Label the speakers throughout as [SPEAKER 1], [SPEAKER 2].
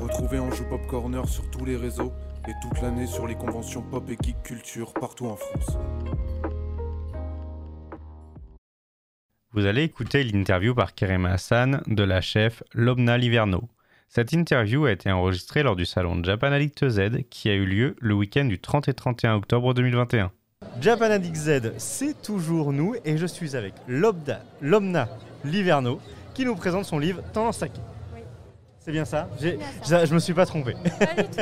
[SPEAKER 1] Retrouvez Anjou Pop Corner sur tous les réseaux et toute l'année sur les conventions pop et geek culture partout en France.
[SPEAKER 2] Vous allez écouter l'interview par Kerem Hassan de la chef Lobna Liverno. Cette interview a été enregistrée lors du salon Japan Addict Z qui a eu lieu le week-end du 30 et 31 octobre 2021.
[SPEAKER 3] Japan Addict Z, c'est toujours nous et je suis avec Lobda, Lomna Liverno qui nous présente son livre Tendance à qui
[SPEAKER 4] Oui.
[SPEAKER 3] C'est bien ça J'ai-
[SPEAKER 4] bien ça.
[SPEAKER 3] Je je me suis pas trompé.
[SPEAKER 4] Pas du tout.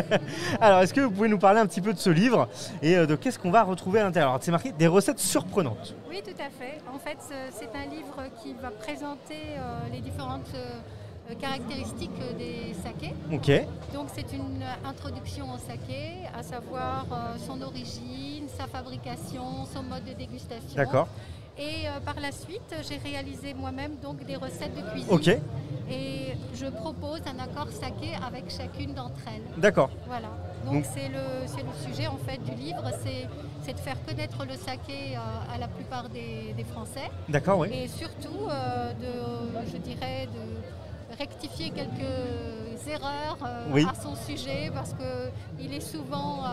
[SPEAKER 3] Alors, est-ce que vous pouvez nous parler un petit peu de ce livre et euh, de qu'est-ce qu'on va retrouver à l'intérieur Alors, c'est marqué des recettes surprenantes.
[SPEAKER 4] Oui, tout à fait. En fait, ce- c'est un livre qui va présenter euh, les différentes euh, caractéristiques des sakés.
[SPEAKER 3] Ok,
[SPEAKER 4] Donc, c'est une introduction au saké, à savoir euh, son origine, sa fabrication, son mode de dégustation.
[SPEAKER 3] d'accord.
[SPEAKER 4] Et euh, par la suite, j'ai réalisé moi-même donc des recettes de cuisine.
[SPEAKER 3] Ok,
[SPEAKER 4] Et je propose un accord saké avec chacune d'entre elles.
[SPEAKER 3] d'accord.
[SPEAKER 4] Voilà.
[SPEAKER 3] Donc-
[SPEAKER 4] Donc c'est le, c'est le sujet en fait du livre, c'est c'est de faire connaître le saké euh, à la plupart des, des Français
[SPEAKER 3] D'accord, oui.
[SPEAKER 4] et surtout euh, de, je dirais, de rectifier quelques erreurs euh,
[SPEAKER 3] Oui.
[SPEAKER 4] à son sujet parce que il est souvent euh,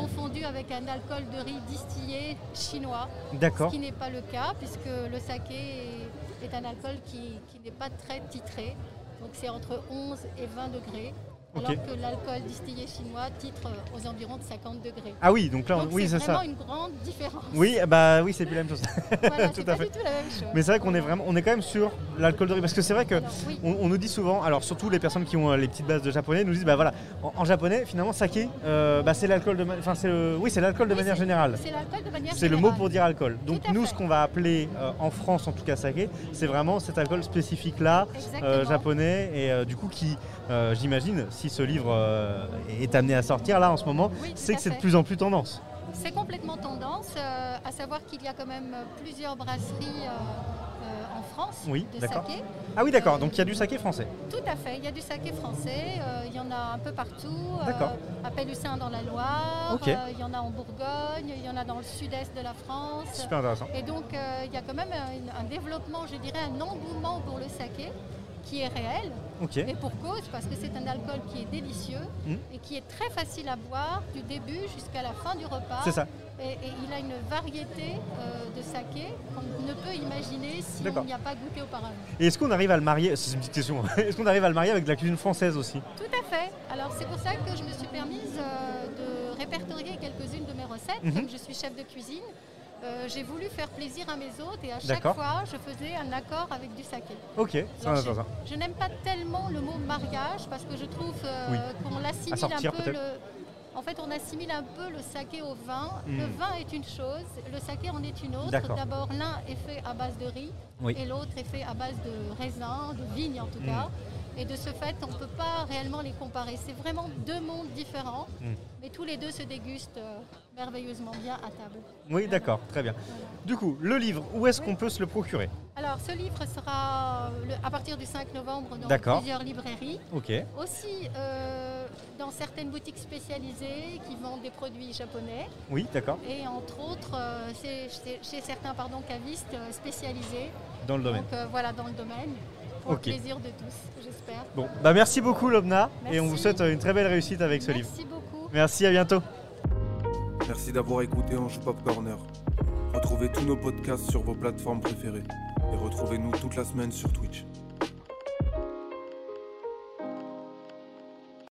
[SPEAKER 4] confondu avec un alcool de riz distillé chinois, ce
[SPEAKER 3] D'accord.
[SPEAKER 4] qui n'est pas le cas puisque le saké est, est un alcool qui, qui n'est pas très titré, donc c'est entre 11 et 20 degrés.
[SPEAKER 3] Ok.
[SPEAKER 4] Alors que l'alcool distillé chinois titre aux environs de 50 degrés.
[SPEAKER 3] Ah oui, donc là, on-
[SPEAKER 4] Donc
[SPEAKER 3] oui,
[SPEAKER 4] c'est
[SPEAKER 3] c'est
[SPEAKER 4] vraiment
[SPEAKER 3] ça.
[SPEAKER 4] une grande différence.
[SPEAKER 3] Oui, ah bah oui, c'est plus la même chose.
[SPEAKER 4] Voilà,
[SPEAKER 3] tout
[SPEAKER 4] c'est
[SPEAKER 3] à
[SPEAKER 4] pas
[SPEAKER 3] fait.
[SPEAKER 4] du tout la même chose.
[SPEAKER 3] Mais c'est vrai qu'on est
[SPEAKER 4] Voilà.
[SPEAKER 3] vraiment, on est quand même sur l'alcool de riz parce que c'est vrai que
[SPEAKER 4] Alors, oui.
[SPEAKER 3] On, on nous dit souvent, alors surtout les personnes qui ont euh, les petites bases de japonais, nous disent bah voilà, en, en japonais finalement saké, euh, bah, c'est l'alcool de, ma- enfin c'est le- oui c'est l'alcool de
[SPEAKER 4] Oui,
[SPEAKER 3] manière générale.
[SPEAKER 4] C'est l'alcool de manière
[SPEAKER 3] C'est le mot
[SPEAKER 4] générale.
[SPEAKER 3] pour dire alcool. Donc
[SPEAKER 4] Tout à
[SPEAKER 3] nous
[SPEAKER 4] fait.
[SPEAKER 3] ce qu'on va appeler euh, en France en tout cas saké, c'est vraiment cet alcool spécifique là.
[SPEAKER 4] Exactement.
[SPEAKER 3] euh, japonais et euh, du coup qui euh, j'imagine si ce livre euh, est amené à sortir là en ce moment
[SPEAKER 4] Oui, tout
[SPEAKER 3] c'est
[SPEAKER 4] à
[SPEAKER 3] que c'est de
[SPEAKER 4] fait.
[SPEAKER 3] plus en plus tendance
[SPEAKER 4] C'est complètement tendance, euh, à savoir qu'il y a quand même plusieurs brasseries euh, euh, en France
[SPEAKER 3] Oui,
[SPEAKER 4] de
[SPEAKER 3] d'accord.
[SPEAKER 4] saké.
[SPEAKER 3] ah oui d'accord donc il y a du saké français
[SPEAKER 4] Tout à fait, il y a du saké français, euh, il y en a un peu partout, euh,
[SPEAKER 3] D'accord.
[SPEAKER 4] à Pélussin dans la Loire,
[SPEAKER 3] Ok.
[SPEAKER 4] euh, il y en a en Bourgogne, il y en a dans le sud-est de la France.
[SPEAKER 3] super intéressant
[SPEAKER 4] Et donc, euh, il y a quand même un, un développement, je dirais, un engouement pour le saké qui est réel
[SPEAKER 3] ok
[SPEAKER 4] et pour cause parce que c'est un alcool qui est délicieux
[SPEAKER 3] Mhm.
[SPEAKER 4] et qui est très facile à boire du début jusqu'à la fin du repas.
[SPEAKER 3] c'est ça
[SPEAKER 4] Et, et il a une variété euh, de saké qu'on ne peut imaginer si
[SPEAKER 3] D'accord.
[SPEAKER 4] on n'y a pas goûté auparavant.
[SPEAKER 3] et est-ce qu'on arrive à le marier c'est une petite question est-ce qu'on arrive à le marier avec de la cuisine française aussi
[SPEAKER 4] Tout à fait. Alors c'est pour ça que je me suis permise euh, de répertorier quelques-unes de mes recettes.
[SPEAKER 3] Mhm.
[SPEAKER 4] Comme je suis chef de cuisine, euh, j'ai voulu faire plaisir à mes hôtes et à chaque
[SPEAKER 3] D'accord.
[SPEAKER 4] fois, je faisais un accord avec du saké.
[SPEAKER 3] Ok, c'est
[SPEAKER 4] Alors,
[SPEAKER 3] intéressant.
[SPEAKER 4] Je n'aime pas tellement le mot mariage parce que je trouve euh,
[SPEAKER 3] Oui.
[SPEAKER 4] qu'on l'assimile
[SPEAKER 3] Assortir,
[SPEAKER 4] un peu.
[SPEAKER 3] peut-être.
[SPEAKER 4] le- En fait, on assimile un peu le saké au vin. Le
[SPEAKER 3] Hmm.
[SPEAKER 4] vin est une chose, le saké en est une autre.
[SPEAKER 3] D'accord.
[SPEAKER 4] D'abord, l'un est fait à base de riz
[SPEAKER 3] Oui.
[SPEAKER 4] et l'autre est fait à base de raisin, de vigne en tout
[SPEAKER 3] Hmm.
[SPEAKER 4] cas. Et de ce fait, on ne peut pas réellement les comparer. C'est vraiment deux mondes différents,
[SPEAKER 3] Hmm.
[SPEAKER 4] mais tous les deux se dégustent euh, merveilleusement bien à table.
[SPEAKER 3] Oui, d'accord, très bien.
[SPEAKER 4] Voilà.
[SPEAKER 3] Du coup, le livre, où est-ce
[SPEAKER 4] Oui.
[SPEAKER 3] qu'on peut se le procurer
[SPEAKER 4] Alors, ce livre sera euh, le- à partir du 5 novembre dans
[SPEAKER 3] D'accord.
[SPEAKER 4] plusieurs librairies.
[SPEAKER 3] Ok.
[SPEAKER 4] Aussi euh, dans certaines boutiques spécialisées qui vendent des produits japonais
[SPEAKER 3] Oui, d'accord,
[SPEAKER 4] et entre autres euh, c'est- c'est- chez certains pardon, cavistes euh, spécialisés.
[SPEAKER 3] dans le domaine.
[SPEAKER 4] Donc euh, voilà dans le domaine. Pour
[SPEAKER 3] Ok.
[SPEAKER 4] le plaisir de tous, j'espère.
[SPEAKER 3] Bon, bah merci beaucoup Lobna, et
[SPEAKER 4] Merci.
[SPEAKER 3] on vous souhaite euh, une très belle réussite avec ce livre.
[SPEAKER 4] Merci beaucoup.
[SPEAKER 3] Merci, à bientôt.
[SPEAKER 1] Merci d'avoir écouté Anjou Pop Corner. Retrouvez tous nos podcasts sur vos plateformes préférées et retrouvez-nous toute la semaine sur Twitch.